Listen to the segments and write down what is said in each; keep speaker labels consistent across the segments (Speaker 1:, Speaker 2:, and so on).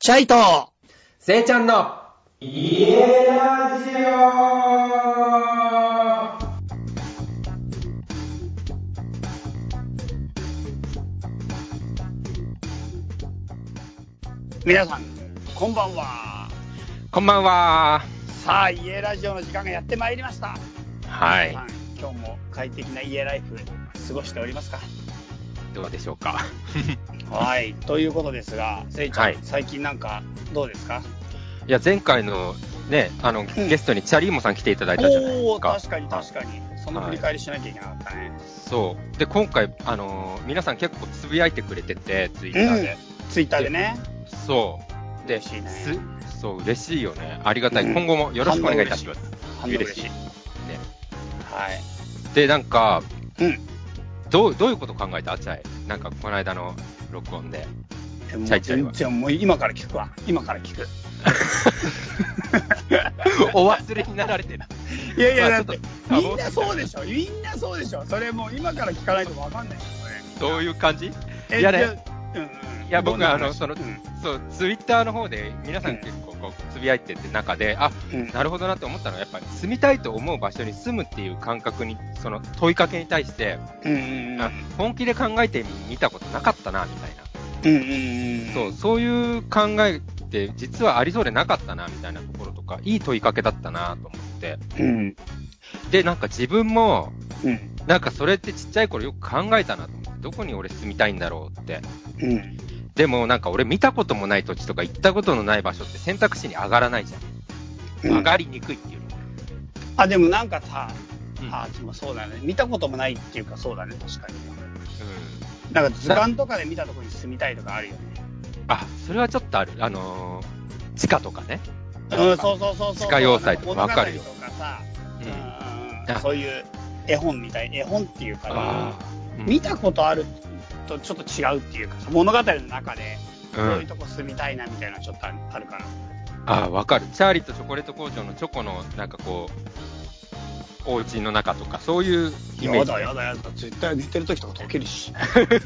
Speaker 1: シャイト
Speaker 2: せいちゃんの、家ラジオ
Speaker 1: 皆さん、こんばんは。
Speaker 2: こんばんは。
Speaker 1: さあ、家ラジオの時間がやってまいりました。
Speaker 2: はい
Speaker 1: 皆。さん今日も快適な家ライフ、過ごしておりますか
Speaker 2: どうでしょうか。
Speaker 1: はい。ということですが、せいちゃん、
Speaker 2: はい
Speaker 1: 最近なんか、どうですか
Speaker 2: いや、前回のね、あの、
Speaker 1: ん
Speaker 2: ゲストにチャリーモさん来ていただいたじゃないで
Speaker 1: おお
Speaker 2: す
Speaker 1: ー
Speaker 2: か。
Speaker 1: 確かに確かに。その振り返りしなきゃいけなかったね。
Speaker 2: そう。で、今回、あのー皆さん結構つぶやいてくれてて、ツイッターで。
Speaker 1: ツイッターでね。
Speaker 2: そう。で、
Speaker 1: 嬉しいね
Speaker 2: すそう、嬉しいよね。ありがたい。
Speaker 1: うん
Speaker 2: 今後もよろしくお願いいたします。
Speaker 1: 反応嬉しい。
Speaker 2: 嬉しいね。
Speaker 1: はい。
Speaker 2: で、なんか、
Speaker 1: うん。
Speaker 2: どう、どういうこと考えたチャイ。なんか、この間の録音で。
Speaker 1: でも
Speaker 2: チャイチャイは
Speaker 1: 全然もう今から聞くわ。今から聞 く。
Speaker 2: お忘れになられてる。
Speaker 1: いやいや、
Speaker 2: ま
Speaker 1: だ
Speaker 2: あ
Speaker 1: って
Speaker 2: ちょ、っと
Speaker 1: みんなそうでしょ、みんなそうでしょ、それもう今から聞かないとわかんないよ
Speaker 2: どういう感じい
Speaker 1: それ。
Speaker 2: やね
Speaker 1: じゃあうんうん
Speaker 2: いや僕はあの
Speaker 1: どんな話
Speaker 2: その
Speaker 1: うん
Speaker 2: そう、ツイッターの方で皆さん結構こうつぶやいてて中で、あ、
Speaker 1: うん
Speaker 2: なるほどなと思ったのは、やっぱり住みたいと思う場所に住むっていう感覚に、その問いかけに対して、
Speaker 1: うんうん
Speaker 2: あ本気で考えてみたことなかったな、みたいな。
Speaker 1: うんうんうん
Speaker 2: そう、そういう考えって実はありそうでなかったな、みたいなところとか、いい問いかけだったな、と思って。
Speaker 1: うん
Speaker 2: で、なんか自分も、
Speaker 1: うん
Speaker 2: なんかそれってちっちゃい頃よく考えたなと思って、どこに俺住みたいんだろうって。
Speaker 1: うん
Speaker 2: でもなんか俺見たこともない土地とか行ったことのない場所って選択肢に上がらないじゃん。
Speaker 1: うん
Speaker 2: 上がりにくいっていうの、
Speaker 1: あでもなんかさ、
Speaker 2: うん
Speaker 1: あでもそうだね見たこともないっていうかそうだね確かに
Speaker 2: う
Speaker 1: なんか図鑑とかで見たところに住みたいとかあるよね
Speaker 2: ん、あそれはちょっとある、あのー地下とかね、
Speaker 1: うんそうそうそうそう
Speaker 2: 地下要塞とかわかるよ
Speaker 1: 物語とかさ
Speaker 2: うん
Speaker 1: うんうん
Speaker 2: あ
Speaker 1: そういう絵本みたい絵本っていうかな
Speaker 2: うん
Speaker 1: 見たことあるとちょっと違うっていうかさ物語の中でこ
Speaker 2: う、
Speaker 1: ういうんとこ住みたいなみたいなのちょっとあるあるかな、
Speaker 2: あわかる、チャーリーとチョコレート工場のチョコのなんかこう、お家の中とか、そういうイメー
Speaker 1: や
Speaker 2: ジ、
Speaker 1: だやだやだ絶対寝てる時とか溶け るし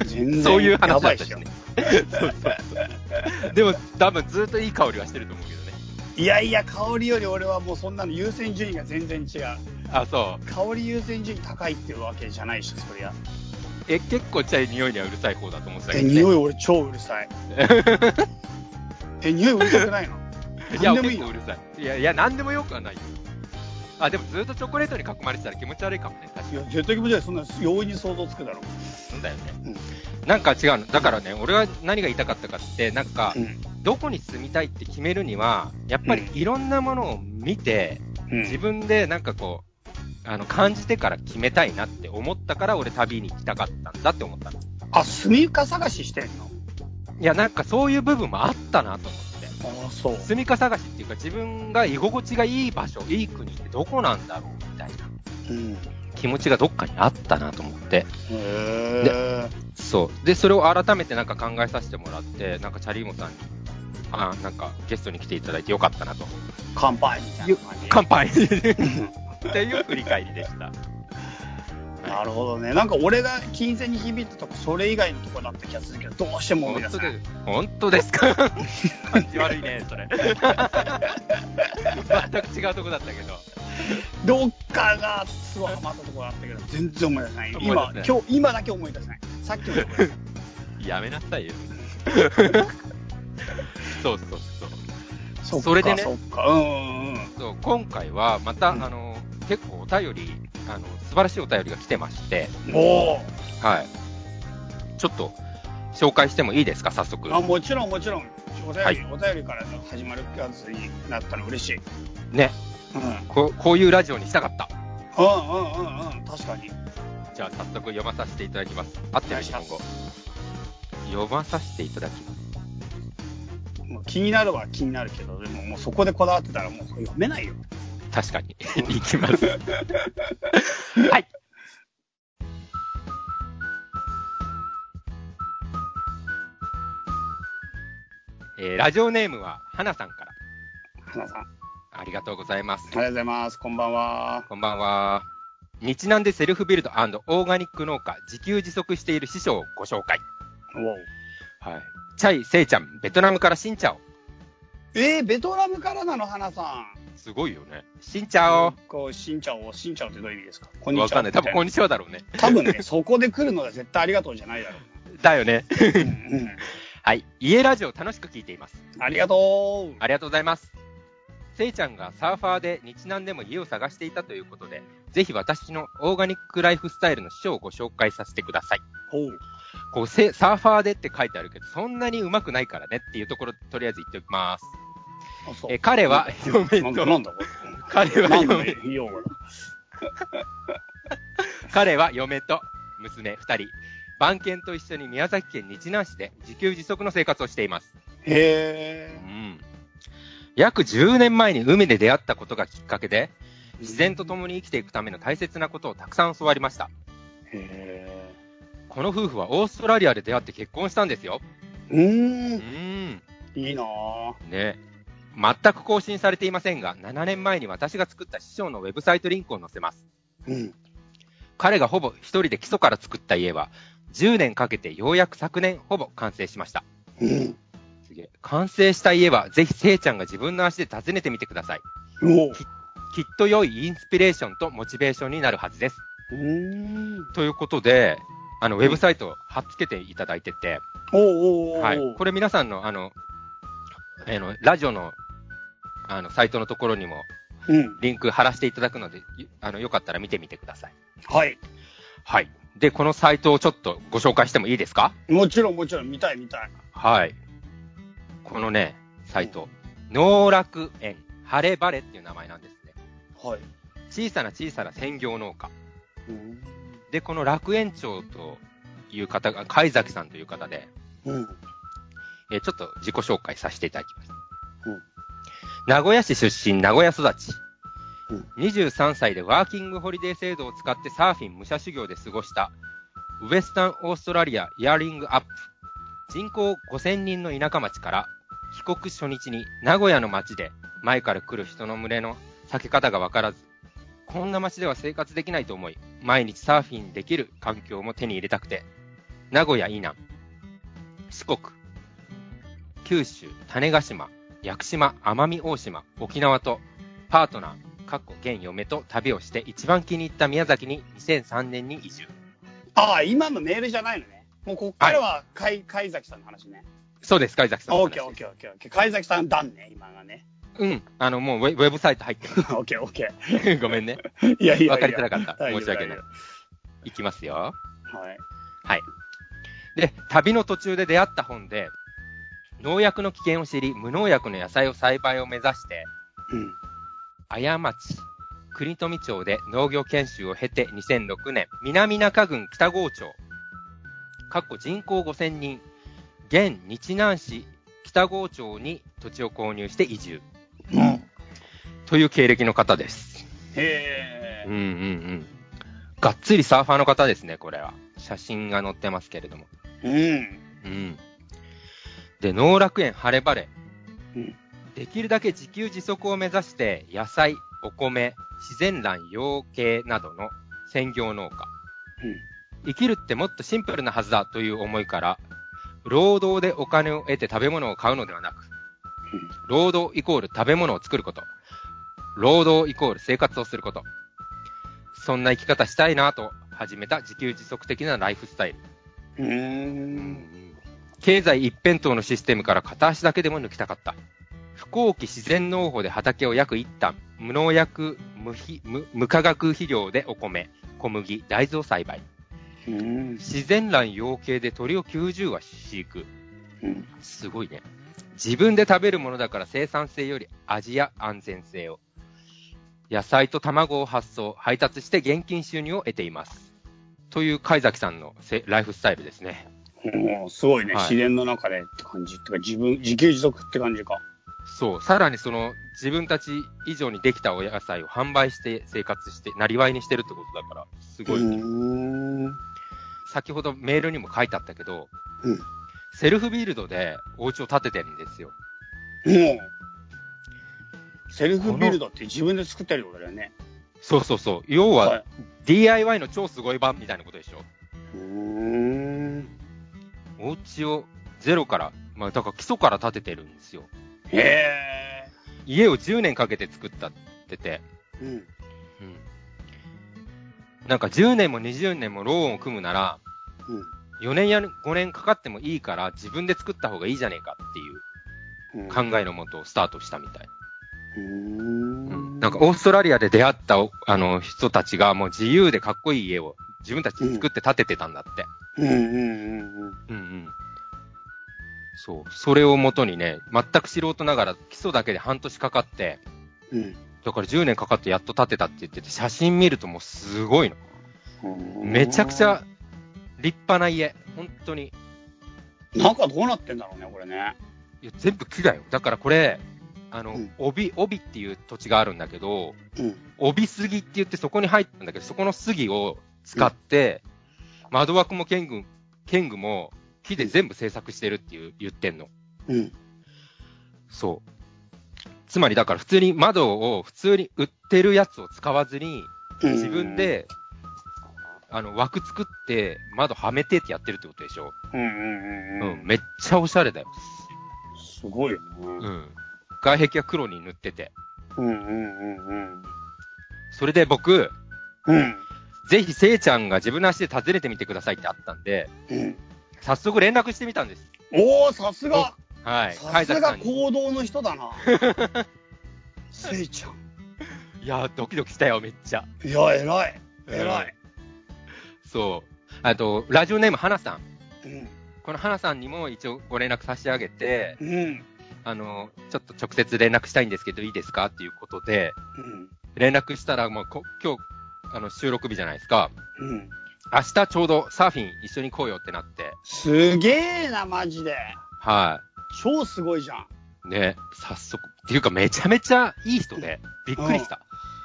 Speaker 1: 全然
Speaker 2: そういう
Speaker 1: や
Speaker 2: 話
Speaker 1: ば
Speaker 2: だ
Speaker 1: い
Speaker 2: っ
Speaker 1: ったし
Speaker 2: し
Speaker 1: ょ
Speaker 2: ね、そうそうそうでも多分ずっといい香りはしてると思うけどね、
Speaker 1: いやいや香りより俺はもうそんなの優先順位が全然違う
Speaker 2: あそう、
Speaker 1: 香り優先順位高いっていうわけじゃないしそりゃ
Speaker 2: え結構チャイ匂いにはうるさい方だと思ってたけ
Speaker 1: え
Speaker 2: ど、ね、
Speaker 1: 匂い俺超うるさいえ匂いうるさくないの
Speaker 2: いや、
Speaker 1: 何でもい
Speaker 2: 結
Speaker 1: いの
Speaker 2: 構うるさい。いや、いや、なんでもよくはないよ。あ、でもずっとチョコレートに囲まれてたら気持ち悪いかもね。確か
Speaker 1: いや絶対気持ち悪いそんな容易に想像つくだろ
Speaker 2: に。だよね。なんか違うの。だからね、俺は何が言いたかったかって、なんか
Speaker 1: う、ん
Speaker 2: どこに住みたいって決めるには、やっぱり
Speaker 1: うん
Speaker 2: いろんなものを見て、
Speaker 1: うん
Speaker 2: 自分でなんかこう、あの、感じてから決めたいなって思ったから、俺旅に行きたかったんだって思ったの。い
Speaker 1: あ住みか探ししてんの
Speaker 2: や、なんかそういう部分もあったなと思って。
Speaker 1: ああそう
Speaker 2: 住みか探しっていうか、自分が居心地がいい場所、いい国ってどこなんだろうみたいな。
Speaker 1: うんへ
Speaker 2: 気持ちがどっかにあったなと思って、
Speaker 1: え
Speaker 2: そう。で、それを改めてなんか考えさせてもらって、なんかチャリーモさんに、あなんかゲストに来ていただいてよかったなと。
Speaker 1: 乾杯みたいな感じ
Speaker 2: 乾杯 っていう振り返りでした。
Speaker 1: なるほどねなんか俺が金銭に響いたとこそれ以外のとこだった気がするけどどうしても思い
Speaker 2: 本
Speaker 1: 出
Speaker 2: 当
Speaker 1: せない
Speaker 2: で本当ですか感じ悪いね、それ。全く違うとこだったけど。
Speaker 1: どっかがすごいハマったところあったけど、全然思い出せない。
Speaker 2: 思い出
Speaker 1: 今
Speaker 2: せな、い
Speaker 1: 今日、今だけ思い出せない。さっきのところ。
Speaker 2: やめなさいよ。 そうそうそう。
Speaker 1: そっか
Speaker 2: それでね
Speaker 1: そっか、うんうんうん。
Speaker 2: そう今回はまた、
Speaker 1: うん
Speaker 2: あの結構お便りあの、素晴らしいお便りが来てまして、
Speaker 1: おお、
Speaker 2: はい、ちょっと紹介してもいいですか、早速。
Speaker 1: あ、もちろん、もちろん。お便り、
Speaker 2: はい
Speaker 1: お便りからの始まるやつになったの嬉しい。
Speaker 2: ね
Speaker 1: うん、うん、うん、
Speaker 2: こ、こういうラジオにしたかった。
Speaker 1: うん、うん、確かに。
Speaker 2: じゃあ、早速読まさせていただきます。合ってる日本語。読まさせていただきます。
Speaker 1: もう気になるは気になるけど、でも、もうそこでこだわってたら、もう読めないよ。
Speaker 2: 確かに。 いき ます。はい。えーラジオネームは、花さんから。
Speaker 1: 花さん、あ
Speaker 2: ありがとうございます。
Speaker 1: りがとうございます。こんばんは。
Speaker 2: こんばんは。日南でセルフビルドオーガニック農家、自給自足している師匠をご紹介。
Speaker 1: おお、
Speaker 2: はい。チャイ、セイちゃん、ベトナムから新茶を。
Speaker 1: えー、ベトナムからなの、花さ
Speaker 2: すごいよね。しんちゃお
Speaker 1: ん。こう、しんちゃんを、しんちゃんってどういう意味ですかこんに
Speaker 2: わ
Speaker 1: ち
Speaker 2: か
Speaker 1: は。
Speaker 2: んない。多分こんにちはだろうね。
Speaker 1: 多分ね、そこで来るのが絶対ありがとうじゃないだろう。
Speaker 2: だよね。
Speaker 1: うん
Speaker 2: はい。家ラジオ楽しく聞いています。
Speaker 1: ありがとう。
Speaker 2: ありがとうございます。せいちゃんがサーファーで日南でも家を探していたということで、ぜひ私のオーガニックライフスタイルの師匠をご紹介させてください。
Speaker 1: ほう。
Speaker 2: こうせサーファーでって書いてあるけど、そんなに上手くないからねっていうところ、とりあえず言っておきます。
Speaker 1: あそう
Speaker 2: え彼は嫁
Speaker 1: なんだ、な
Speaker 2: と、
Speaker 1: んだこ
Speaker 2: 彼
Speaker 1: れ。
Speaker 2: は
Speaker 1: なんだ
Speaker 2: 嫁
Speaker 1: よ、用語だ。
Speaker 2: 彼は嫁と娘2人、番犬と一緒に宮崎県日南市で自給自足の生活をしています。
Speaker 1: へ
Speaker 2: う
Speaker 1: え。
Speaker 2: ん約10年前に海で出会ったことがきっかけで、自然と共に生きていくための大切なことをたくさん教わりました。
Speaker 1: へ
Speaker 2: この夫婦はオーストラリアで出会って結婚したんですよ。
Speaker 1: え。うー、
Speaker 2: うんん。
Speaker 1: いいなぁ。
Speaker 2: ね。全く更新されていませんが、7年前に私が作った師匠のウェブサイトリンクを載せます。
Speaker 1: うん。
Speaker 2: 彼がほぼ一人で基礎から作った家は、10年かけてようやく昨年ほぼ完成しました。
Speaker 1: うん。
Speaker 2: すげえ完成した家は、ぜひせいちゃんが自分の足で訪ねてみてください。
Speaker 1: おう。
Speaker 2: きっと良いインスピレーションとモチベーションになるはずです。
Speaker 1: うーん。
Speaker 2: ということで、あの、ウェブサイトを貼っつけていただいてて、
Speaker 1: おうおうおう。
Speaker 2: はい。これ皆さんの、あの、あの、ラジオの、あの、サイトのところにも、
Speaker 1: れ。うん。
Speaker 2: リンク貼らせていただくので、いあの、よかったら見てみてください。
Speaker 1: はい。
Speaker 2: はい。で、このサイトをちょっとご紹介してもいいですか
Speaker 1: もちろんもちろん、見たい見たい。
Speaker 2: はい。このね、サイト、農楽園、晴れ晴れっていう名前なんですね。
Speaker 1: はい。
Speaker 2: 小さな小さな専業農家。
Speaker 1: うん。
Speaker 2: で、この楽園長という方が、貝崎さんという方で、
Speaker 1: うん。
Speaker 2: えーちょっと自己紹介させていただきます。
Speaker 1: うん
Speaker 2: 名古屋市出身、名古屋育ち。
Speaker 1: うん
Speaker 2: 23歳でワーキングホリデー制度を使ってサーフィン武者修行で過ごした、ウエスタンオーストラリアイヤリングアップ。人口5000人の田舎町から、帰国初日に名古屋の街で前から来る人の群れの避け方がわからず、こんな街では生活できないと思い、毎日サーフィンできる環境も手に入れたくて、名古屋以南、四国、九州、種子島、屋久島、奄美大島、沖縄と、パートナー、かっこ現嫁と旅をして一番気に入った宮崎に2003年に移住。
Speaker 1: ああ、今のメールじゃないのね。もうこっからは、かい、貝崎さんの話ね。
Speaker 2: そうです、貝崎さんの
Speaker 1: オ
Speaker 2: 話
Speaker 1: ッ
Speaker 2: で
Speaker 1: ケ
Speaker 2: す。
Speaker 1: ーオッケーオッケーオッケー。貝崎さん、だんね、今がね。
Speaker 2: うん。あの、もうウェウェブサイト入ってま
Speaker 1: オッケーオッケ
Speaker 2: す。 ごめんね。
Speaker 1: ー。いやいやいや。
Speaker 2: わかりづらかった。
Speaker 1: 大丈夫
Speaker 2: 申し訳ない
Speaker 1: 大丈。
Speaker 2: いきますよ。
Speaker 1: はい。
Speaker 2: はい。で、旅の途中で出会った本で、農薬の危険を知り、無農薬の野菜を栽培を目指して、
Speaker 1: うん。
Speaker 2: 綾町、国富町で農業研修を経て2006年、南中郡北郷町、かっこ人口5000人、現日南市北郷町に土地を購入して移住
Speaker 1: うん。へ
Speaker 2: という経歴の方です。
Speaker 1: え
Speaker 2: うん。うんうん。がっつりサーファーの方ですね、これは。写真が載ってますけれども。
Speaker 1: うん。
Speaker 2: うん。で、農楽園晴れ晴れ。
Speaker 1: うん
Speaker 2: できるだけ自給自足を目指して、野菜、お米、自然卵、養鶏などの専業農家。生きるってもっとシンプルなはずだという思いから、労働でお金を得て食べ物を買うのではなく、労働イコール食べ物を作ること、労働イコール生活をすること、そんな生き方したいなと始めた自給自足的なライフスタイル。
Speaker 1: うん。うん。
Speaker 2: 経済一辺倒のシステムから片足だけでも抜きたかった。不幸期自然農法で畑を約一単、無農薬、無肥無無化学肥料でお米、小麦、大豆を栽培。
Speaker 1: うん。
Speaker 2: 自然卵養鶏で鳥を90羽飼育。
Speaker 1: うん。
Speaker 2: すごいね。自分で食べるものだから生産性より味や安全性を。野菜と卵を発送、配達して現金収入を得ています。という貝崎さんのせライフスタイルですね。
Speaker 1: もうすごいね、
Speaker 2: はい
Speaker 1: 自然の中でって感じってか自分自給自足って感じか
Speaker 2: そう、さらにその自分たち以上にできたお野菜を販売して生活して、なりわいにしてるってことだから、すごい、
Speaker 1: うーんうん
Speaker 2: 先ほどメールにも書いてあったけど、セルフビルドでお家を建ててるんですよ。
Speaker 1: もうセルフビルドって自分で作ってるってことだよね
Speaker 2: そうそうそう。要
Speaker 1: は
Speaker 2: は、
Speaker 1: い
Speaker 2: DIY の超すごい版みたいなことでしょ。
Speaker 1: うーん
Speaker 2: お家をゼロから、まあだから基礎から建ててるんですよ。
Speaker 1: へへ
Speaker 2: 家を10年かけて作ったってて、
Speaker 1: え。うん。
Speaker 2: なんか10年も20年もローンを組むなら、4年や5年かかってもいいから自分で作った方がいいじゃねえかっていう
Speaker 1: うん。
Speaker 2: 考えのもとスタートしたみたい。
Speaker 1: うーん。
Speaker 2: なんか、オーストラリアで出会ったおあの人たちがもう自由でかっこいい家を自分たちで作って建ててたんだって。
Speaker 1: うんうんうんう
Speaker 2: う
Speaker 1: ん。
Speaker 2: んうん。そう。それをもとにね、全く素人ながら基礎だけで半年かかって、
Speaker 1: うん。
Speaker 2: だから10年かかってやっと建てたって言ってて、写真見るともうすごいの。めちゃくちゃ。立派な家。本当に。
Speaker 1: 中どうなってんだろうね、これね。
Speaker 2: いや、全部木だよ。だからこれ、あの、
Speaker 1: うん
Speaker 2: 帯、帯っていう土地があるんだけど、
Speaker 1: うん。
Speaker 2: 帯杉って言ってそこに入ったんだけど、そこの杉を使って、窓枠も剣具、剣具も木で全部制作してるっていう言ってんの。
Speaker 1: うん。
Speaker 2: そう。つまりだから普通に窓を普通に売ってるやつを使わずに、
Speaker 1: うん
Speaker 2: 自分、で、あの、枠作って、窓はめてってやってるってことでしょ。
Speaker 1: うんうん
Speaker 2: う、
Speaker 1: うんん。
Speaker 2: めっちゃおしゃれだよ。
Speaker 1: すごいよね。
Speaker 2: うん。外壁は黒に塗ってて。
Speaker 1: うんうんうんうん。
Speaker 2: それで僕、
Speaker 1: うん。
Speaker 2: ぜひせいちゃんが自分の足で訪ねてみてくださいってあったんで、
Speaker 1: うん。
Speaker 2: 早速連絡してみたんです。
Speaker 1: おー、さすが
Speaker 2: はい。カ
Speaker 1: さ
Speaker 2: イ
Speaker 1: す
Speaker 2: ザー
Speaker 1: が
Speaker 2: さんに。
Speaker 1: 行動の人だ な。せいちゃん。
Speaker 2: いやー、ドキドキしたよ、めっちゃ。
Speaker 1: いや、偉い。偉い。
Speaker 2: そう。あと、ラジオネーム、花さん。
Speaker 1: うん。
Speaker 2: この花さんにも一応ご連絡差し上げて、
Speaker 1: うん。
Speaker 2: あの、ちょっと直接連絡したいんですけど、いいですかっていうことで、
Speaker 1: うん。
Speaker 2: 連絡したら、もうこ、今日、あの、収録日じゃないですか。
Speaker 1: うん。
Speaker 2: 明日ちょうどサーフィン一緒に行こうよってなって。
Speaker 1: すげえな、マジで。
Speaker 2: は
Speaker 1: 超すごいじゃん。
Speaker 2: い。ね、早速。っていうか、めちゃめちゃいい人で、びっくりした。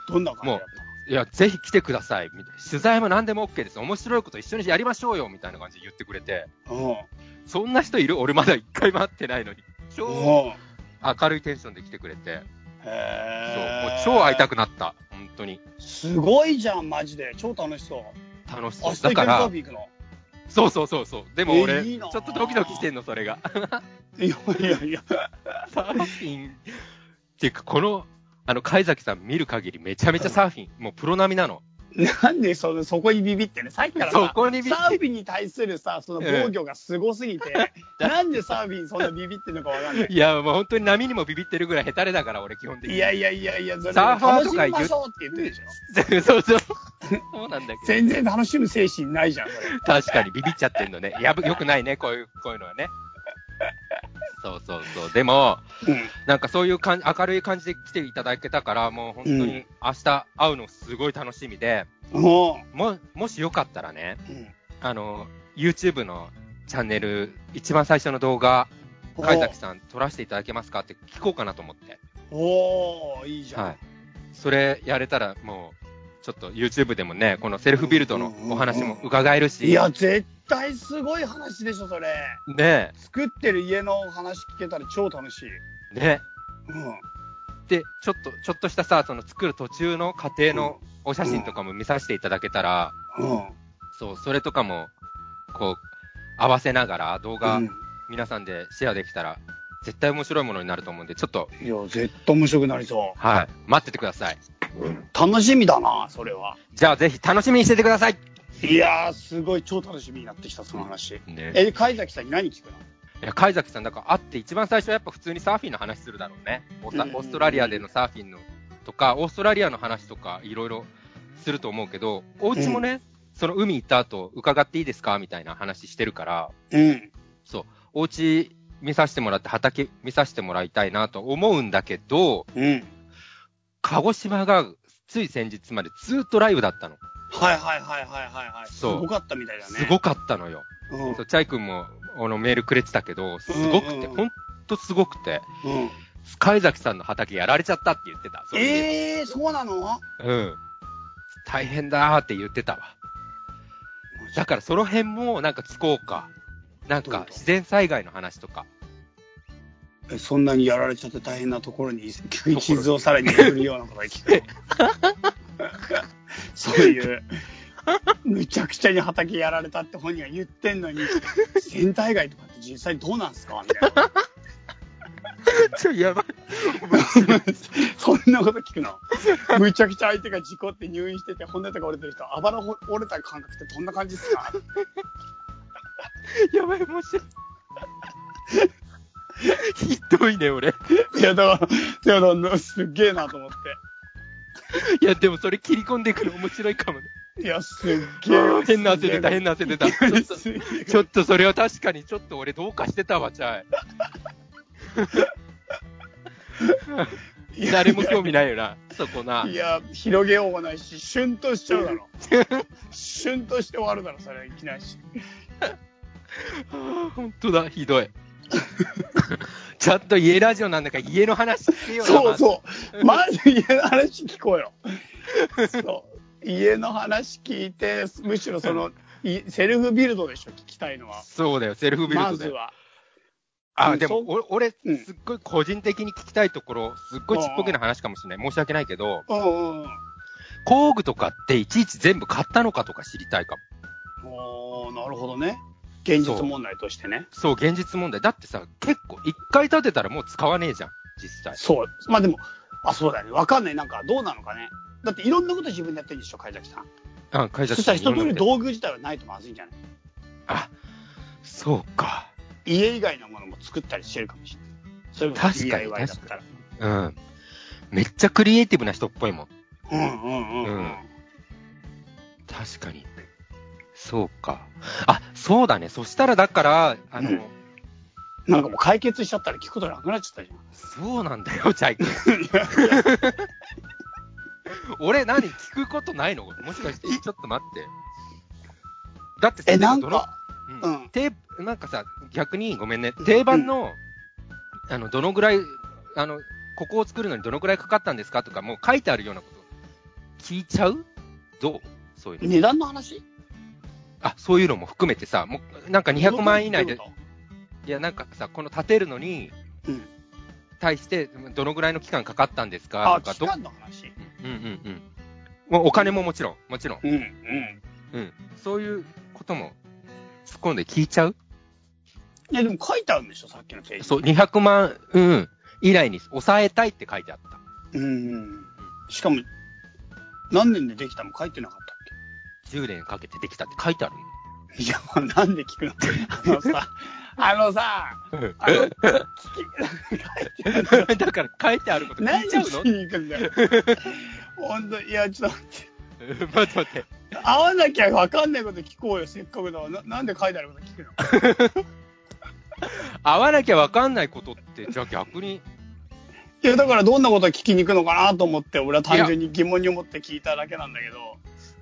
Speaker 1: どんな感じだっ
Speaker 2: いや、ぜひ来てください。みたいな取材も何でも OK です。面白いこと一緒にやりましょうよ、みたいな感じで言ってくれて。
Speaker 1: たの
Speaker 2: そんな人いる俺まだ一回も会ってないのに。
Speaker 1: うん。
Speaker 2: 超
Speaker 1: うん。
Speaker 2: 明るいテンションで来てくれて。そう。もう
Speaker 1: へー
Speaker 2: 超会いたくなった。本当に。
Speaker 1: すごいじゃん、マジで。超楽しそう。
Speaker 2: 楽しそ
Speaker 1: 明
Speaker 2: う。
Speaker 1: 日
Speaker 2: だ
Speaker 1: 行
Speaker 2: か
Speaker 1: けるサ
Speaker 2: ら
Speaker 1: ーフ、ィン行くの
Speaker 2: そうそうそうそう。でも俺、
Speaker 1: えいい
Speaker 2: ち
Speaker 1: な
Speaker 2: ょ
Speaker 1: あ
Speaker 2: っとドキドキしてんの、それが。
Speaker 1: いやいやいや。
Speaker 2: サーフィン。っていうか、この、あの、貝崎さん見る限りめちゃめちゃサーフィン、もうプロ並みなの。
Speaker 1: なんでそのそこにビビってね、さっきから
Speaker 2: そ
Speaker 1: さ、
Speaker 2: こにびっ
Speaker 1: サ
Speaker 2: く
Speaker 1: ー
Speaker 2: り。
Speaker 1: フィンに対するさ、その防御がすごすぎて、なんでサーフィンそんなビビってんのかわかんない。
Speaker 2: いや、もう本当に波にもビビってるぐらいヘタレだから、俺基本的に。
Speaker 1: いやいやいやいや、それ
Speaker 2: サーファーとか言う
Speaker 1: 楽しみましょうって言ってる でしょ。
Speaker 2: そう そう。そうなんだけど。
Speaker 1: 全然楽しむ精神ないじゃん、それ。
Speaker 2: 確かにビビっちゃってんのね。やぶ、よくないね、こういう、こういうのはね。そうそうそう。でも、
Speaker 1: うん
Speaker 2: なんかそういう感じ、明るい感じで来ていただけたから、もう本当
Speaker 1: う
Speaker 2: に
Speaker 1: ん
Speaker 2: 明日会うのすごい楽しみで、
Speaker 1: も
Speaker 2: も、もしよかったらね、
Speaker 1: う、うん
Speaker 2: あの、YouTube のチャンネル、一番最初の動画、海崎さん撮らせていただけますかって聞こうかなと思って。
Speaker 1: おー、いいじゃん。
Speaker 2: はい。それやれたらもう、ちょっと YouTube でもね、このセルフビルドのお話も伺えるし、
Speaker 1: いや、絶対すごい話でしょ、それ。
Speaker 2: ね
Speaker 1: 作ってる家の話聞けたら超楽しい。
Speaker 2: え、ね
Speaker 1: うん。
Speaker 2: え。で、ちょっと、ちょっとしたさ、その作る途中の過程のお写真とかも見させていただけたら、
Speaker 1: うん。
Speaker 2: そう、それとかも、こう、合わせながら動画
Speaker 1: うん
Speaker 2: 皆さんでシェアできたら、絶対面白いものになると思うんで、ちょっと、
Speaker 1: いや、絶対面白くなりそ
Speaker 2: はい、待っててください。
Speaker 1: う。楽しみだな、それは。
Speaker 2: じゃあぜひ楽しみにしててください
Speaker 1: いやー、すごい、超楽しみになってきた、その話。
Speaker 2: ねえ。
Speaker 1: え、海崎さんに何聞くの
Speaker 2: いや、海崎さん、だから会って一番最初はやっぱ普通にサーフィンの話するだろうね。オー
Speaker 1: うん
Speaker 2: オーストラリアでのサーフィンのとか、オーストラリアの話とかいろいろすると思うけど、お家もね、その海行った後伺っていいですかみたいな話してるから、
Speaker 1: うん。
Speaker 2: そう、お家見させてもらって畑見させてもらいたいなと思うんだけど、
Speaker 1: うん。
Speaker 2: 鹿児島がつい先日までずっとライブだったの。
Speaker 1: はいはいはいはいはいはい。す
Speaker 2: そう
Speaker 1: ごかったみたいだね。
Speaker 2: すごかったのよ。
Speaker 1: うん。
Speaker 2: そうチャイ君もあのメールくれてたけど、すごく
Speaker 1: うん
Speaker 2: て、
Speaker 1: うんうん
Speaker 2: ほんとすごくて。
Speaker 1: うん。
Speaker 2: 貝崎さんの畑やられちゃったって言ってた。それで
Speaker 1: えー、そうなの
Speaker 2: うん。大変だーって言ってたわ。だからその辺もなんか聞こうか。なん
Speaker 1: どういう
Speaker 2: か
Speaker 1: こと
Speaker 2: 自然災害の話とか。
Speaker 1: えそんなにやられちゃって大変なところに聞く傷をさらにえぐるようなことが聞くそういうむちゃくちゃに畑やられたって本人は言ってんのに戦隊外とかって実際どうなんすかみたいな
Speaker 2: ちゃやばい。
Speaker 1: そんなこと聞くのむちゃくちゃ相手が事故って入院してて骨とか折れてる人あばらほ折れた感覚ってどんな感じですか
Speaker 2: やばい、面白い。ひどいね、俺。
Speaker 1: いやだからいやだからすっげえなと思っ
Speaker 2: いや、でもそれ切り込んでくる面白いかもね。
Speaker 1: ていやすっげえ
Speaker 2: 変な汗出た、変な汗出た。ちょっと、
Speaker 1: すっげえ
Speaker 2: ちょっとそれは確かに、ちょっと俺どうかしてたわ、チャイ。誰も 興味ないよな、そこな。
Speaker 1: いや広げようもないしシュンとしちゃうだろシュンとして終わるだろそれいきなりし
Speaker 2: 本当だ、ひどい。 ちょっと家ラジオなんだから家の話してよな
Speaker 1: そうそうまず家の話聞こうよそう家の話聞いてむしろそのいセルフビルドでしょ聞きたいのは
Speaker 2: そうだよ、セルフビル
Speaker 1: ま
Speaker 2: ド
Speaker 1: ず
Speaker 2: で。
Speaker 1: はう
Speaker 2: あ、
Speaker 1: ん
Speaker 2: でも
Speaker 1: そ
Speaker 2: お俺、す
Speaker 1: うん
Speaker 2: っごい個人的に聞きたいところ、すっごいちっぽけな話かもしれない。申し訳ないけど、
Speaker 1: うんうんうん
Speaker 2: 工具とかっていちいち全部買ったのかとか知りたいかも。
Speaker 1: おーなるほどね現実問題としてね
Speaker 2: そう、現実問題。だってさ、結構、一回建てたらもう使わねえじゃん、実際。
Speaker 1: そうまあでもあそうだよねわかんないなんかどうなのかねだっていろんなこと自分でやってるんでしょ貝崎さん
Speaker 2: うん、会社
Speaker 1: そしたら一通り道具自体はないとまずいんじゃない
Speaker 2: あ、そうか。
Speaker 1: 家以外のものも作ったりしてるかもしれないそれこそ
Speaker 2: 確かに
Speaker 1: DIY だったら
Speaker 2: うん。めっちゃクリエイティブな人っぽいもん。
Speaker 1: うんうんうんうん、
Speaker 2: うん確かに。そうか。あ、そうだね。そしたらだから、あの、
Speaker 1: うんなんかもう解決しちゃったら聞くことなくなっちゃったじゃん
Speaker 2: そうなんだ よ、チャイ君。俺、何聞くことないのもしかして、ちょっと待って。だってさ
Speaker 1: えなん
Speaker 2: ドロ
Speaker 1: か
Speaker 2: う
Speaker 1: うん
Speaker 2: ん、テープなんかさ、逆にごめんね、定番の、あの、どのぐらい、あの、ここを作るのにどのぐらいかかったんですかとか、もう書いてあるようなこと、聞いちゃうどうそういうの。
Speaker 1: 値段の話
Speaker 2: あ、そういうのも含めてさ、もう、なんか200万円以内で、いや、なんかさ、この建てるのに、
Speaker 1: うん
Speaker 2: 対して、どのぐらいの期間かかったんですか
Speaker 1: あ
Speaker 2: とか、
Speaker 1: 期
Speaker 2: ど、
Speaker 1: 間の話
Speaker 2: うんうんうん。もうお金ももちろん、もちろん。
Speaker 1: うんうん
Speaker 2: うん。そういうことも、突っ込んで聞いちゃう
Speaker 1: いやでも書いてあるんでしょさっきのページ
Speaker 2: そう、200万、うん、以内に抑えたいって書いてあった。
Speaker 1: うんうんしかも何年でできたも書いてなかったっけ
Speaker 2: 10年かけてできたって書いてある
Speaker 1: いや、もうなんで聞くのあの さ、あのさ、あの、聞き、書いて
Speaker 2: の だから書いてあること
Speaker 1: な
Speaker 2: 聞
Speaker 1: い
Speaker 2: い
Speaker 1: 何
Speaker 2: ち
Speaker 1: で
Speaker 2: ゃう
Speaker 1: 聞きに行くんだよ。ほんと、いや、ちょっと待って。
Speaker 2: の待って待って。
Speaker 1: 会わなきゃ分かんないこと聞こうよ、せっかくだからな。なんで書いてあること聞くの
Speaker 2: 会わなきゃわかんないことって、じゃあ逆に、
Speaker 1: いや、だからどんなこと聞きに行くのかなと思って、俺は単純に疑問に思って聞いただけなんだけど、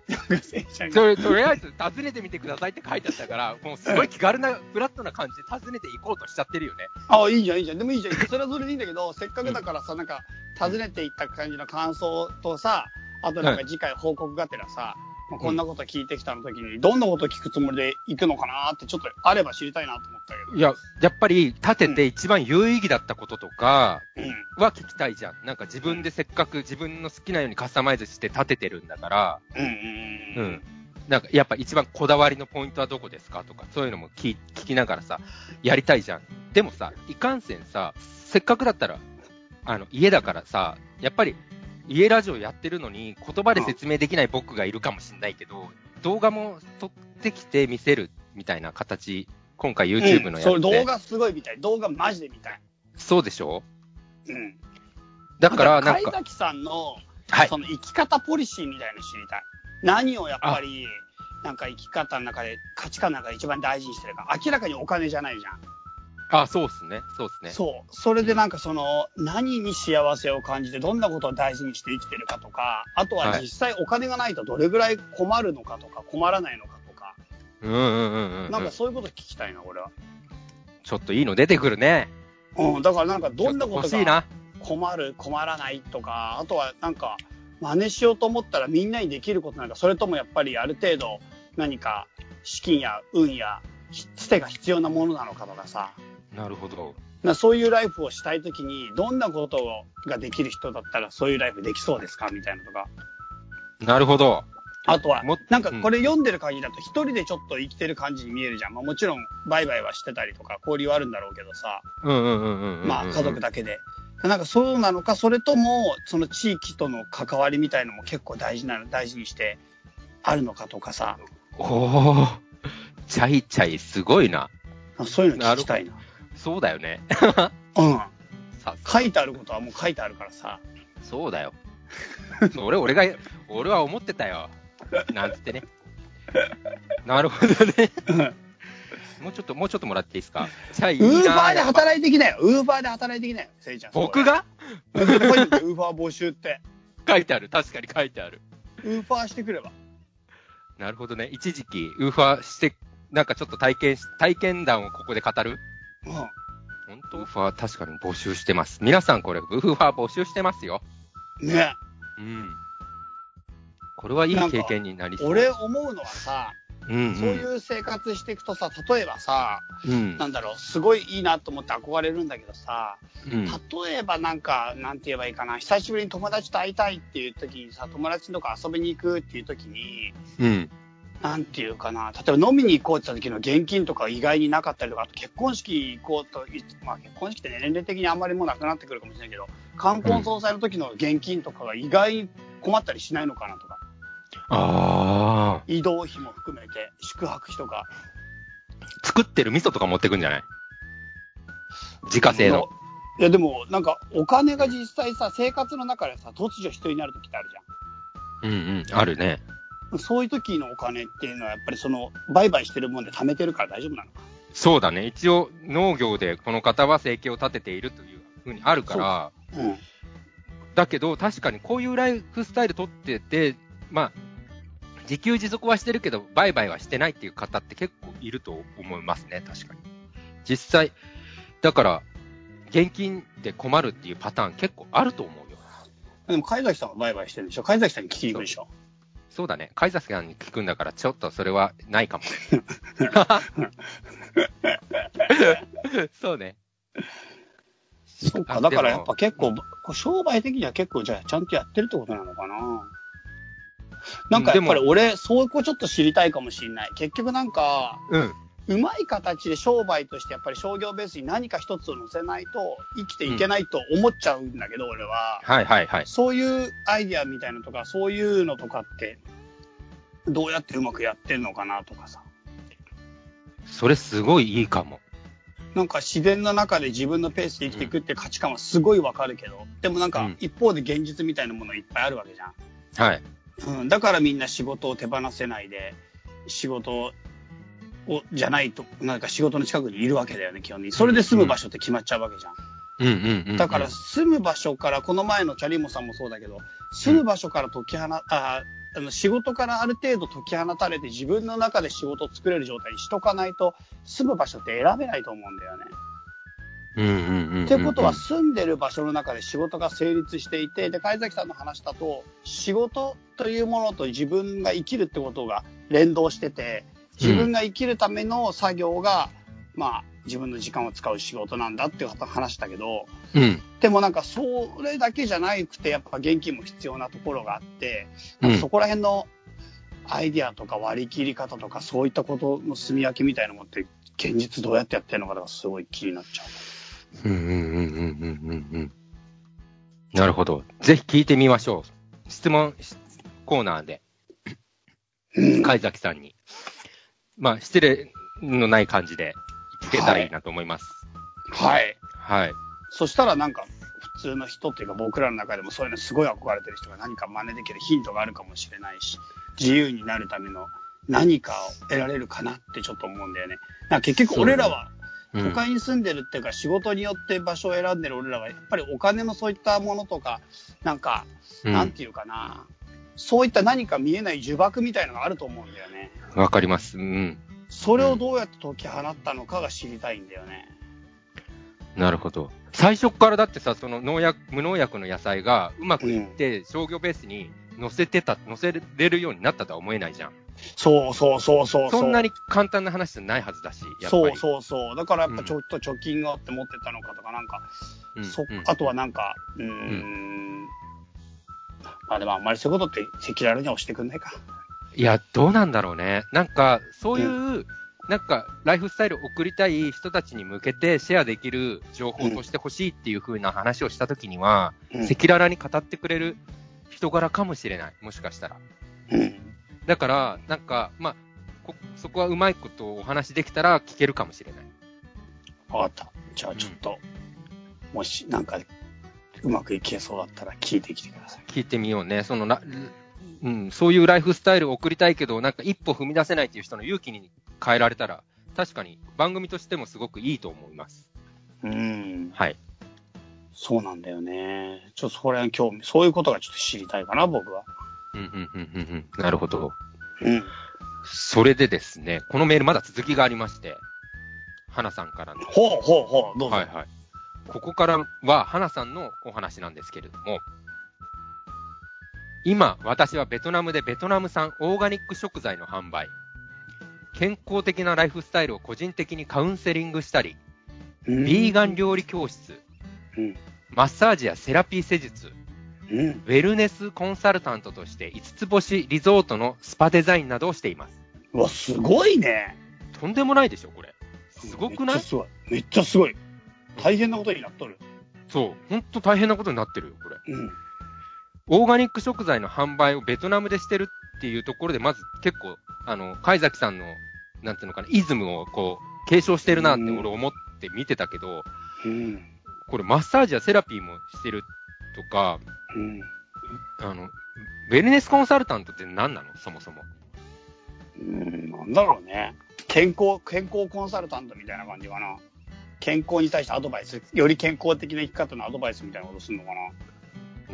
Speaker 1: なんか、せいちゃんが
Speaker 2: それとりあえず訪ねてみてくださいって書いてあった から、もうすごい気軽な、フラットな感じで訪ねていこうとしちゃってるよね。
Speaker 1: あ、いいじゃん、いいじゃん。でもいいじゃん。それはそれでいいんだけど、せっかくだからさ、なんか、訪ねていった感じの感想とさ、あとなんか次回報告がてらさ、まあ、こんなこと聞いてきたの時に、どんなこと聞くつもりで行くのかなって、ちょっとあれば知りたいなと思った
Speaker 2: いや、やっぱり立てて一番有意義だったこととか
Speaker 1: けど。
Speaker 2: は聞きたいじゃん。なんか自分でせっかく自分の好きなようにカスタマイズして立ててるんだから、
Speaker 1: うん。う
Speaker 2: う
Speaker 1: ん。う。
Speaker 2: んん、なんかやっぱ一番こだわりのポイントはどこですかとか、そういうのも聞聞きながらさ、やりたいじゃん。でもさ、いかんせんさ、せっかくだったら、あの家だからさ、やっぱり家ラジオやってるのに、言葉で説明できない僕がいるかもしれないけど、動画も撮ってきて見せるみたいな形、今回 YouTube のやつ
Speaker 1: そ
Speaker 2: で、
Speaker 1: れ動画すごいみたい。動画マジで見たい。
Speaker 2: そうでしょ
Speaker 1: うん。
Speaker 2: だから、なん
Speaker 1: 貝
Speaker 2: か、
Speaker 1: 崎さんの、
Speaker 2: はい
Speaker 1: そ。の生き方ポリシーみたいなの知りたい。何をやっぱり、なんか生き方の中で、価値観の中で一番大事にしてるか。明らかにお金じゃないじゃん。
Speaker 2: あ、そうっすね。そうっすね。
Speaker 1: そう。それでなんかその、何に幸せを感じて、どんなことを大事にして生きてるかとか、あとは
Speaker 2: はい
Speaker 1: 実際お金がないとどれぐらい困るのかとか、困らないのかとか、
Speaker 2: うんうんうんうん、うん。
Speaker 1: なんかそういうこと聞きたいな、俺は。
Speaker 2: ちょっといいの出てくるね。
Speaker 1: うん、だからなんかどんなこ
Speaker 2: 欲
Speaker 1: と
Speaker 2: しい
Speaker 1: が
Speaker 2: な。
Speaker 1: 困る、困らないとか、あとはなんか、真似しようと思ったらみんなにできることなんか、それともやっぱりある程度、何か資金や運や、ひつてが必要なものなのかとかさ、
Speaker 2: なるほど。
Speaker 1: なそういうライフをしたいときに、どんなことができる人だったら、そういうライフできそうですかみたいなとか、
Speaker 2: なるほど。
Speaker 1: あとは
Speaker 2: も、
Speaker 1: なんか
Speaker 2: うん
Speaker 1: これ読んでる限りだと一人でちょっと生きてる感じに見えるじゃん。まあもちろん、バイバイはしてたりとか、交流はあるんだろうけどさ、
Speaker 2: うんうんうんうんうんうん。
Speaker 1: まあ家族
Speaker 2: だ。
Speaker 1: だけで。なんかそうなのか、それとも、その地域との関わりみたいのも結構大事なの、大事にしてあるのかとかさ、
Speaker 2: おー、チャイチャイすごいな。
Speaker 1: そういうの聞きたいな。
Speaker 2: そうだよね。
Speaker 1: うん。
Speaker 2: さ
Speaker 1: 書いてあることはもう書いてあるか らさ。
Speaker 2: そうだよ。それ俺が、俺は思ってたよ。なんつってね。なるほどね。もうちょっと、もうちょっともらっていいですか。チャイいいな
Speaker 1: ウーバーで
Speaker 2: やっぱ
Speaker 1: 働いてきなよ。ウーバーで働いてきなよ。せいちゃん。
Speaker 2: 僕が
Speaker 1: ウーバー募集って。
Speaker 2: 書いてある。確かに書いてある。
Speaker 1: ウーバーしてくれば。
Speaker 2: なるほどね。一時期、ウーファーして、なんかちょっと体験し、体験談をここで語る
Speaker 1: うん。
Speaker 2: 本当ウーファー確かに募集してます。皆さんこれ、ウーファー募集してますよ。
Speaker 1: ね
Speaker 2: うん。これはいい経験になりそう。
Speaker 1: 俺思うのはさ、
Speaker 2: うん、うん、
Speaker 1: そういう生活していくとさ、例えばさ、
Speaker 2: うん、
Speaker 1: なんだろう、すごいいいなと思って憧れるんだけどさ、
Speaker 2: うん。
Speaker 1: 例えばなんか、なんて言えばいいかな、久しぶりに友達と会いたいっていう時にさ、友達のとこ遊びに行くっていう時に、
Speaker 2: うん。
Speaker 1: なんていうかな、例えば飲みに行こうって言った時の現金とか意外になかったりとか、あと結婚式行こうと、いまあ、結婚式って、ね、年齢的にあんまりもうなくなってくるかもしれないけど、冠婚葬祭の時の現金とかが意外に困ったりしないのかなとか、
Speaker 2: ああ。
Speaker 1: 移動費も含めて、宿泊費とか。
Speaker 2: 作ってる味噌とか持ってくんじゃない自家製の。
Speaker 1: いやでも、なんかお金が実際さ、生活の中でさ、突如人になる時ってあるじ
Speaker 2: うんうん。あるね。
Speaker 1: ゃん。そういう時のお金っていうのは、やっぱりその、売買してるもんで貯めてるから大丈夫なのか。
Speaker 2: そうだね。一応、農業でこの方は生計を立てているというふうにあるから、
Speaker 1: うん。
Speaker 2: だけど、確かにこういうライフスタイル取ってて、まあ、自給自足はしてるけど、売買はしてないっていう方って結構いると思いますね、確かに。実際、だから、現金で困るっていうパターン結構あると思うよ。
Speaker 1: でも、貝崎さんは売買してるでしょ貝崎さんに聞きに行くでしょ
Speaker 2: そうだね。カイザスさんに聞くんだから、ちょっとそれはない かも。そうね。
Speaker 1: そうか、だからやっぱ結構、こう商売的には結構、じゃあちゃんとやってるってことなのかな。なんかやっぱり俺、そういう子ちょっと知りたいかもしれない。結局なんか、
Speaker 2: でも。
Speaker 1: うまい形で商売としてやっぱり商業ベースに何か一つを乗せないと生きていけないと思っちゃうんだけど、俺は。
Speaker 2: はいはいはい。
Speaker 1: そういうアイディアみたいなのとか、そういうのとかって、どうやってうまくやってんのかなとかさ。
Speaker 2: それすごいいいかも。
Speaker 1: なんか自然の中で自分のペースで生きていくって価値観はすごいわかるけど、でもなん
Speaker 2: う
Speaker 1: か
Speaker 2: ん
Speaker 1: 一方で現実みたいなものいっぱいあるわけじゃん。
Speaker 2: はい。
Speaker 1: うん、だからみんな仕事を手放せないで、仕事をじゃないと、なんか仕事の近くにいるわけだよね、基本的に。それで住む場所って決まっちゃうわけじゃん。
Speaker 2: うんうんうん、
Speaker 1: だから住む場所から、この前のチャリモさんもそうだけど、住む場所から解き放、ああの仕事からある程度解き放たれて自分の中で仕事を作れる状態にしとかないと、住む場所って選べないと思うんだよね。
Speaker 2: うんうんうんうんうん。
Speaker 1: ってことは住んでる場所の中で仕事が成立していてで貝崎さんの話だと仕事というものと自分が生きるってことが連動してて自分が生きるための作業が、まあ自分の時間を使う仕事なんだっていう話だけど
Speaker 2: うん。
Speaker 1: でもなんかそれだけじゃなくてやっぱ現金も必要なところがあって、
Speaker 2: うん
Speaker 1: そこら辺のアイディアとか割り切り方とかそういったことの住み分けみたいなのもって現実どうやってやってるのかとかすごい気になっちゃう。
Speaker 2: うんうんうんうんうんうんうん。なるほど。ぜひ聞いてみましょう。質問しコーナーで、貝崎さんに。まあ、失礼のない感じで聞けたらいいなと思います。
Speaker 1: はい
Speaker 2: はい。
Speaker 1: そしたらなんか、普通の人っていうか僕らの中でもそういうのすごい憧れてる人が何か真似できるヒントがあるかもしれないし、自由になるための何かを得られるかなってちょっと思うんだよね。なんか結局俺らは
Speaker 2: うん
Speaker 1: 都会に住んでるっていうか仕事によって場所を選んでる俺らはやっぱりお金のそういったものとか、なんか、
Speaker 2: うん
Speaker 1: なんていうかな、そういった何か見えない呪縛みたいのがあると思うんだよね。
Speaker 2: わかります。うん。
Speaker 1: それをどうやって解き放ったのかが知りたいんだよね。
Speaker 2: なるほど。最初からだってさ、その農薬、無農薬の野菜がうまくいって、商業ベースに乗せてた、乗せれるようになったとは思えないじゃん。
Speaker 1: そうそうそうそうう。
Speaker 2: そんなに簡単な話じゃないはずだし、やっぱ
Speaker 1: そう
Speaker 2: り。
Speaker 1: そうそう。だからやっぱちょっと貯金があって持ってったのかとか、なんか、
Speaker 2: うん
Speaker 1: そ
Speaker 2: うん
Speaker 1: あとはなんか、うーん。まあでもあんまりそういうことって赤裸々には押してくんないか。
Speaker 2: いや、どうなんだろうね。なんか、そういう、なんか、ライフスタイルを送りたい人たちに向けてシェアできる情報としてほしいっていう風な話をしたときには、
Speaker 1: うん
Speaker 2: 赤裸々に語ってくれる人柄かもしれない。もしかしたら。
Speaker 1: うん
Speaker 2: だから、なんか、まあ、こそこはうまいことお話できたら聞けるかもしれない。
Speaker 1: わかった。じゃあちょっと、もしなんかうまくいけそうだったら聞いてきてください。
Speaker 2: 聞いてみようね。そのな、うん、そういうライフスタイルを送りたいけど、なんか一歩踏み出せないっていう人の勇気に変えられたら、確かに番組としてもすごくいいと思います。
Speaker 1: うん。
Speaker 2: はい。
Speaker 1: そうなんだよね。ちょっとそこら辺興味、そういうことがちょっと知りたいかな、僕は。
Speaker 2: うんうんうんうん うん。なるほど。
Speaker 1: うん。
Speaker 2: それでですね、このメールまだ続きがありまして、花さんからの。
Speaker 1: ほうほうほう、どうぞ。
Speaker 2: はいはい。ここからは、花さんのお話なんですけれども、今、私はベトナムでベトナム産オーガニック食材の販売、健康的なライフスタイルを個人的にカウンセリングしたり、
Speaker 1: うん
Speaker 2: ビーガン料理教室、
Speaker 1: うん。
Speaker 2: マッサージやセラピー施術、
Speaker 1: うん。
Speaker 2: ウェルネスコンサルタントとして5つ星リゾートのスパデザインなどをしています。
Speaker 1: うわ、すごいね。
Speaker 2: とんでもないでしょ、これ。すごくない
Speaker 1: めっちゃすごい。めっちゃすごい。大変なことになっとる。
Speaker 2: そう。ほんと大変なことになってるよ、これ。
Speaker 1: うん。
Speaker 2: オーガニック食材の販売をベトナムでしてるっていうところで、まず結構、あの、海崎さんの、なんていうのかな、イズムをこう、継承してるなって
Speaker 1: うん
Speaker 2: 俺思って見てたけど、
Speaker 1: うん。
Speaker 2: これマッサージやセラピーもしてるとか、
Speaker 1: うん。
Speaker 2: あの、ウェルネスコンサルタントって何なのそもそも。
Speaker 1: うん、なんだろうね。健康、健康コンサルタントみたいな感じかな。健康に対してアドバイス、より健康的な生き方のアドバイスみたいなことするのか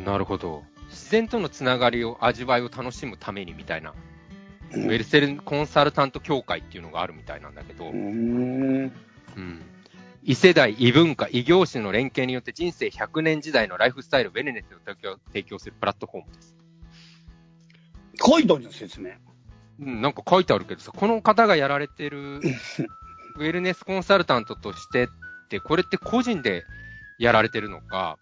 Speaker 1: な。
Speaker 2: なるほど。自然とのつながりを、味わいを楽しむためにみたいな、
Speaker 1: うん
Speaker 2: ウェルセルコンサルタント協会っていうのがあるみたいなんだけど、
Speaker 1: うーん。
Speaker 2: うん異世代、異文化、異業種の連携によって人生100年時代のライフスタイル、ウェルネスを提供提供するプラットフォームです。
Speaker 1: 書いてあるじゃん、説明。
Speaker 2: うん、なんか書いてあるけどさ、この方がやられて るウェルネスコンサルタントとしてって、これって個人でやられてるのか、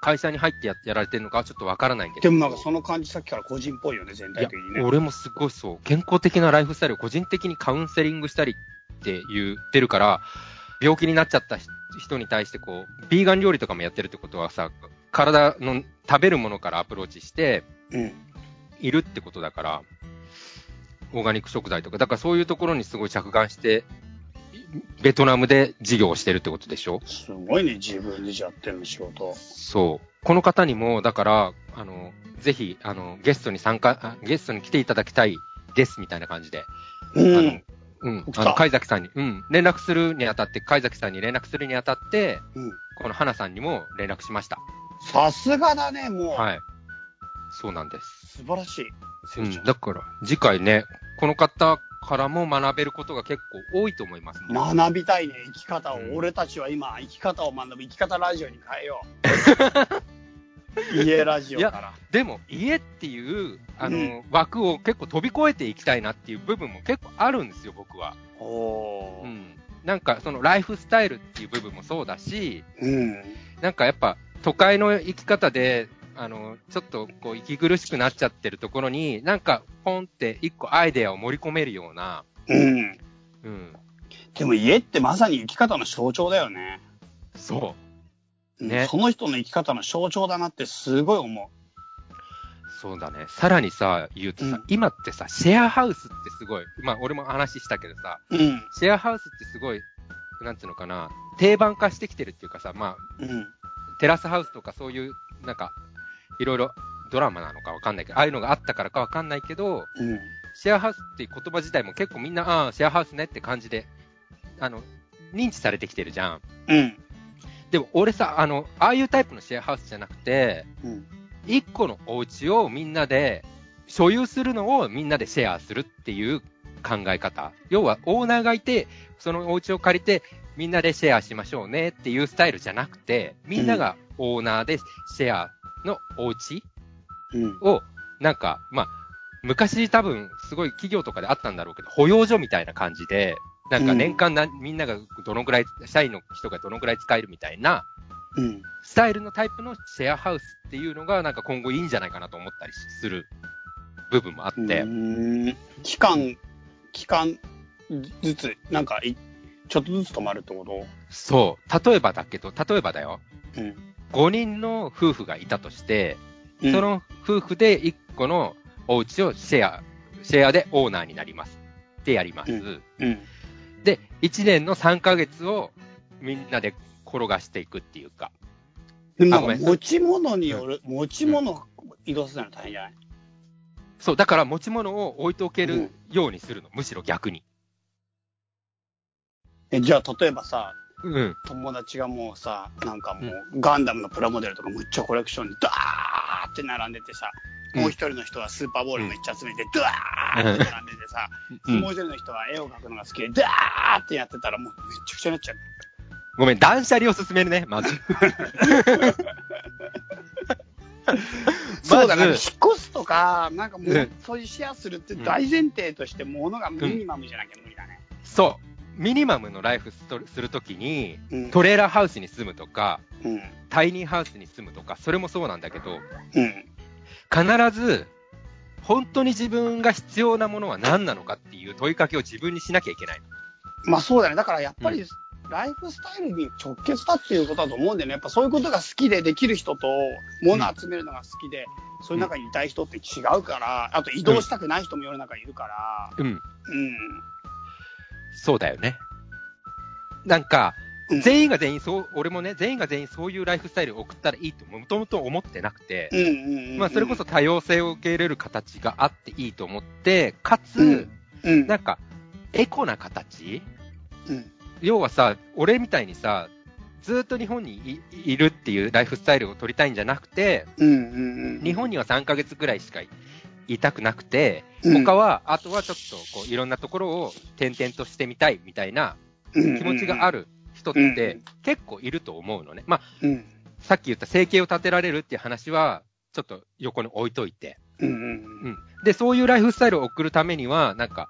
Speaker 2: 会社に入ってややられてるのかはちょっとわからないんだけ
Speaker 1: で
Speaker 2: ど。
Speaker 1: もなんかその感じさっきから個人っぽいよね、全
Speaker 2: い
Speaker 1: 体
Speaker 2: や
Speaker 1: 的にね。
Speaker 2: 俺もすごいそう。健康的なライフスタイルを個人的にカウンセリングしたりって言ってるから、病気になっちゃったひ人に対してこう、ビーガン料理とかもやってるってことはさ、体の食べるものからアプローチして
Speaker 1: うん。
Speaker 2: いるってことだから、オーガニック食材とか、だからそういうところにすごい着眼して、ベトナムで事業をしてるってことでしょ
Speaker 1: すごいね、自分でやってるの仕事。
Speaker 2: そう。この方にも、だから、あの、ぜひ、あの、ゲストに参加、あゲストに来ていただきたいです、みたいな感じで。
Speaker 1: う
Speaker 2: あ
Speaker 1: ん
Speaker 2: の。うん
Speaker 1: 来、た
Speaker 2: あの、海崎さんに、うん、連絡するにあたって、海崎さんに連絡するにあたって、
Speaker 1: うん
Speaker 2: この花さんにも連絡しました。
Speaker 1: さすがだね、もう。
Speaker 2: はい。そうなんです。
Speaker 1: 素晴らしい。
Speaker 2: う
Speaker 1: 成長
Speaker 2: ん、だから、次回ね、この方からも学べることが結構多いと思います、
Speaker 1: 学びたいね、生き方を。
Speaker 2: うん
Speaker 1: 俺たちは今、生き方を学ぶ、生き方ラジオに変えよ う。家ラジオから。
Speaker 2: でも、家っていう、あの、
Speaker 1: うん
Speaker 2: 枠を結構飛び越えていきたいなっていう部分も結構あるんですよ、僕は。
Speaker 1: お
Speaker 2: う
Speaker 1: ー。
Speaker 2: ん。なんか、その、ライフスタイルっていう部分もそうだし、
Speaker 1: うん。
Speaker 2: なんかやっぱ都会の生き方で、あの、ちょっとこう息苦しくなっちゃってるところに、なんかポンって一個アイデアを盛り込めるような、
Speaker 1: うん。
Speaker 2: うん、
Speaker 1: でも家ってまさに生き方の象徴だよね。
Speaker 2: そ
Speaker 1: うん
Speaker 2: ね
Speaker 1: その人の生き方の象徴だなってすごい思
Speaker 2: う、そうだね。さらにさ、言うとさ、
Speaker 1: うん
Speaker 2: 今ってさ、シェアハウスってすごい、まあ俺も話したけどさ、
Speaker 1: う。うん。
Speaker 2: シェアハウスってすごい、なんていうのかな、定番化してきてるっていうかさ、まあ
Speaker 1: うん。
Speaker 2: テラスハウスとかそういう、なんか、いろいろドラマなのかわかんないけど、ああいうのがあったからかわかんないけど、
Speaker 1: うん。
Speaker 2: シェアハウスっていう言葉自体も結構みんな、ああー、シェアハウスねって感じで、あの、認知されてきてるじゃん。
Speaker 1: うん。
Speaker 2: でも俺さ、あの、ああいうタイプのシェアハウスじゃなくて、
Speaker 1: うん。
Speaker 2: 一個のお家をみんなで、所有するのをみんなでシェアするっていう考え方。要はオーナーがいて、そのお家を借りて、みんなでシェアしましょうねっていうスタイルじゃなくて、みんながオーナーでシェアのお家、
Speaker 1: うん。
Speaker 2: を、なんか、まあ、昔多分、すごい企業とかであったんだろうけど、保養所みたいな感じで、なんか年間な、みんながどのぐらい、社員の人がどのぐらい使えるみたいな、
Speaker 1: うん。
Speaker 2: スタイルのタイプのシェアハウスっていうのが、なんか今後いいんじゃないかなと思ったりする。部分もあっ
Speaker 1: う
Speaker 2: て、
Speaker 1: ーん期間、期間ずつ、なんかい、ちょっとずつ止まるってこと
Speaker 2: そう、例えばだけど、例えばだよ、
Speaker 1: うん。
Speaker 2: 5人の夫婦がいたとして、
Speaker 1: うん
Speaker 2: そ、の夫婦で1個のお家をシェア、シェアでオーナーになりますってやります。
Speaker 1: んうん。
Speaker 2: で、1年の3ヶ月をみんなで転がしていくっていうか、
Speaker 1: でもな
Speaker 2: あ
Speaker 1: ん
Speaker 2: ご
Speaker 1: か
Speaker 2: めん
Speaker 1: 持ち物による、持ち物移動するの大変じゃない
Speaker 2: そう、だから持ち物を置いておけ
Speaker 1: う
Speaker 2: る
Speaker 1: ん
Speaker 2: ようにするの、むしろ逆に。
Speaker 1: えじゃあ、例えばさ、
Speaker 2: うん。
Speaker 1: 友達がもうさ、なんかもう、ガンダムのプラモデルとかむっちゃコレクションに、ダーって並んでてさ、
Speaker 2: うん
Speaker 1: もう一人の人はスーパーボールめっちゃ集めて、ダーって並んでてさ、
Speaker 2: うん
Speaker 1: もう一人の人は絵を描くのが好きで、ダーってやってたら、もうめっちゃくちゃになっちゃう。
Speaker 2: ごめん、断捨離を進めるね、まず。
Speaker 1: そうだね、引
Speaker 2: まず
Speaker 1: っ越すとか、なんかもう、そういうシェアするって
Speaker 2: うん
Speaker 1: 大前提として、ものがミニマムじゃなきゃ無理だね。
Speaker 2: そう。ミニマムのライフストするときに、
Speaker 1: うん。
Speaker 2: トレーラーハウスに住むとか、
Speaker 1: うん。
Speaker 2: タイニーハウスに住むとか、それもそうなんだけど、
Speaker 1: うん。
Speaker 2: 必ず、本当に自分が必要なものは何なのかっていう問いかけを自分にしなきゃいけない。
Speaker 1: まあそうだね。だからやっぱり、
Speaker 2: う
Speaker 1: ライフスタイルに直結したっていうことだと思うんだよね。やっぱそういうことが好きでできる人と、物集めるのが好きで、そういう中にいたい人って違うから、あと移動したくない人も世の中いるから、
Speaker 2: うん。
Speaker 1: うん。
Speaker 2: そうだよね。なんか、
Speaker 1: うん
Speaker 2: 全員が全員そう、俺もね、全員が全員そういうライフスタイルを送ったらいいともともと思ってなくて、
Speaker 1: うんうんうんうん。
Speaker 2: まあ、それこそ、多様性を受け入れる形があっていいと思って、かつ、
Speaker 1: うん。うん。
Speaker 2: なんか、エコな形
Speaker 1: うん。
Speaker 2: 要はさ、俺みたいにさ、ずーっと日本にいいるっていうライフスタイルを取りたいんじゃなくて、
Speaker 1: うんうんうん。
Speaker 2: 日本には3ヶ月ぐらいしかいいたくなくて、
Speaker 1: うん
Speaker 2: 他は、あとはちょっとこういろんなところを転々としてみたいみたいな気持ちがあ
Speaker 1: る。
Speaker 2: る人っ
Speaker 1: うんう
Speaker 2: て
Speaker 1: ん
Speaker 2: 結構いると思うのね。まあ、
Speaker 1: うん。
Speaker 2: さっき言った生計を立てられるっていう話は、ちょっと横に置いといて。
Speaker 1: うん
Speaker 2: う
Speaker 1: うん
Speaker 2: ん。で、そういうライフスタイルを送るためには、なんか、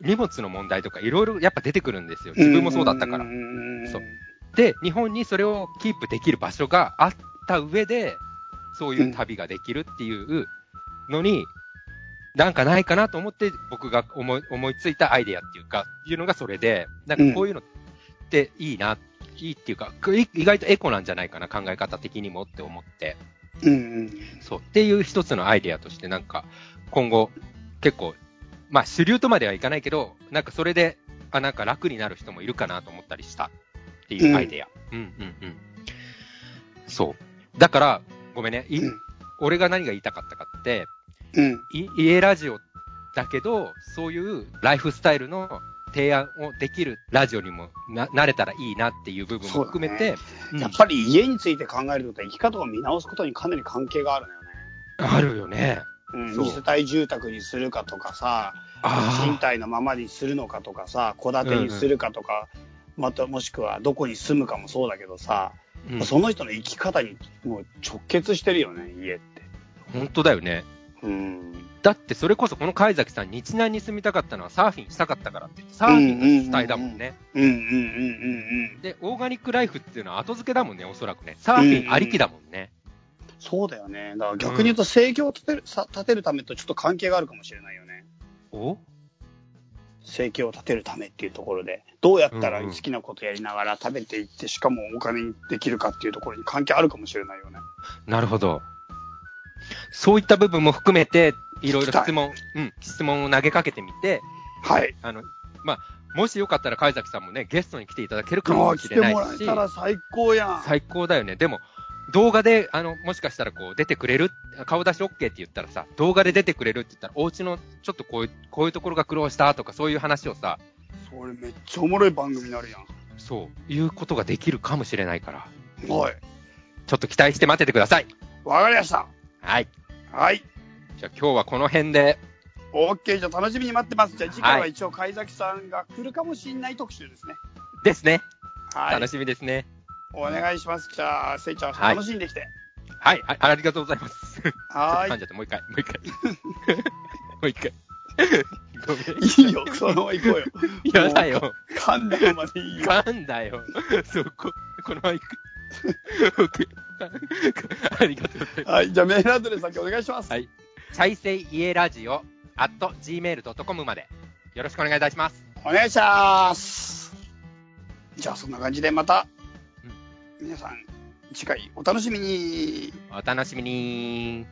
Speaker 2: 荷物の問題とかいろいろやっぱ出てくるんですよ。
Speaker 1: うん。
Speaker 2: 自分もそうだったから
Speaker 1: ん。んんん
Speaker 2: そうで、日本にそれをキープできる場所があった上で、そういう旅ができるっていうのに、なんかないかなと思って、僕が思い思いついたアイデアっていうか、いうのがそれで、なんかこういうのっていいな、いいっていうか、い意外とエコなんじゃないかな、考え方的にもって思って、
Speaker 1: うんうん。
Speaker 2: そう、っていう一つのアイデアとして、なんか、今後、結構、まあ主流とまではいかないけど、なんかそれで、あ、なんか楽になる人もいるかなと思ったりしたっていうアイデア。うん、うん、うん。そう。だから、ごめんね、い
Speaker 1: うん
Speaker 2: 俺が何が言いたかったかって、
Speaker 1: うん。
Speaker 2: い家ラジオだけど、そういうライフスタイルの提案をできるラジオにもななれたらいいなっていう部分も含めて、うん
Speaker 1: やっぱり家について考えることは生き方を見直すことにかなり関係があるのよね。
Speaker 2: あるよね。
Speaker 1: うん、
Speaker 2: そう
Speaker 1: 二世帯住宅にするかとかさ、賃
Speaker 2: ああ。
Speaker 1: 貸のままにするのかとかさ、戸建てにするかとか、またもしくはどこに住むかもそうだけどさ、
Speaker 2: うん
Speaker 1: その人の生き方にもう直結してるよね、家って。
Speaker 2: 本当だよね。
Speaker 1: うん。
Speaker 2: だってそれこそこの海崎さん、日南に住みたかったのはサーフィンしたかったからって言って、サーフィンが主体だもんね。
Speaker 1: うんうんうんうん
Speaker 2: で、オーガニックライフっていうのは後付けだもんね、おそらくね。サーフィンありきだもんね。
Speaker 1: うん。そうだよね。だから逆に言うと、制御を立てるさ立てるためとちょっと関係があるかもしれないよね。
Speaker 2: お
Speaker 1: 生計を立てるためっていうところで、どうやったら
Speaker 2: うんうん
Speaker 1: 好きなことやりながら食べていって、しかもお金にできるかっていうところに関係あるかもしれないよね。
Speaker 2: なるほど。そういった部分も含めて、いろいろ質問、うん、質問を投げかけてみて、
Speaker 1: はい。
Speaker 2: あの、まあ、もしよかったら海崎さんもね、ゲストに来ていただけるか
Speaker 1: も
Speaker 2: も
Speaker 1: う
Speaker 2: し
Speaker 1: 来
Speaker 2: れ
Speaker 1: て
Speaker 2: ない
Speaker 1: もらえ
Speaker 2: し、
Speaker 1: たら最高やん。
Speaker 2: 最高だよね。でも、動画で、あの、もしかしたらこう、出てくれる、顔出し OK って言ったらさ、動画で出てくれるって言ったら、お家のちょっとこういう、こういうところが苦労したとか、そういう話をさ、
Speaker 1: それめっちゃおもろい番組になるやん。
Speaker 2: そう、いうことができるかもしれないから、
Speaker 1: はい。
Speaker 2: ちょっと期待して待っててください。
Speaker 1: わかりました。
Speaker 2: はい。
Speaker 1: はい。
Speaker 2: じゃあ今日はこの辺で、
Speaker 1: OK。じゃあ楽しみに待ってます。じゃあ次回
Speaker 2: は
Speaker 1: はい一応、海崎さんが来るかもしれない特集ですね。
Speaker 2: ですね。
Speaker 1: はい
Speaker 2: 楽。しみですね。
Speaker 1: お願いします。じゃあ、せいちゃん、
Speaker 2: はい
Speaker 1: 楽しんできて。
Speaker 2: はい、あありがとうございます。
Speaker 1: は
Speaker 2: ちょ っと
Speaker 1: ー
Speaker 2: 噛んじゃった、もう一回、もう一回。もう一回。 ごめん。
Speaker 1: い。いいよ。そのまま行こうよ。
Speaker 2: やだよ。
Speaker 1: 噛んだままでい いよ。
Speaker 2: 噛んだよ。そこ、このまま行く。OK ありがとうございます。
Speaker 1: はい。じゃあ、メールアドレス先お願いします。
Speaker 2: はいチャイセイ家ラジオ、at gmail.com まで、よろしくお願いいたします。
Speaker 1: お願いします。じゃあそんな感じでまた、皆さん次回お楽しみに。
Speaker 2: お楽しみに。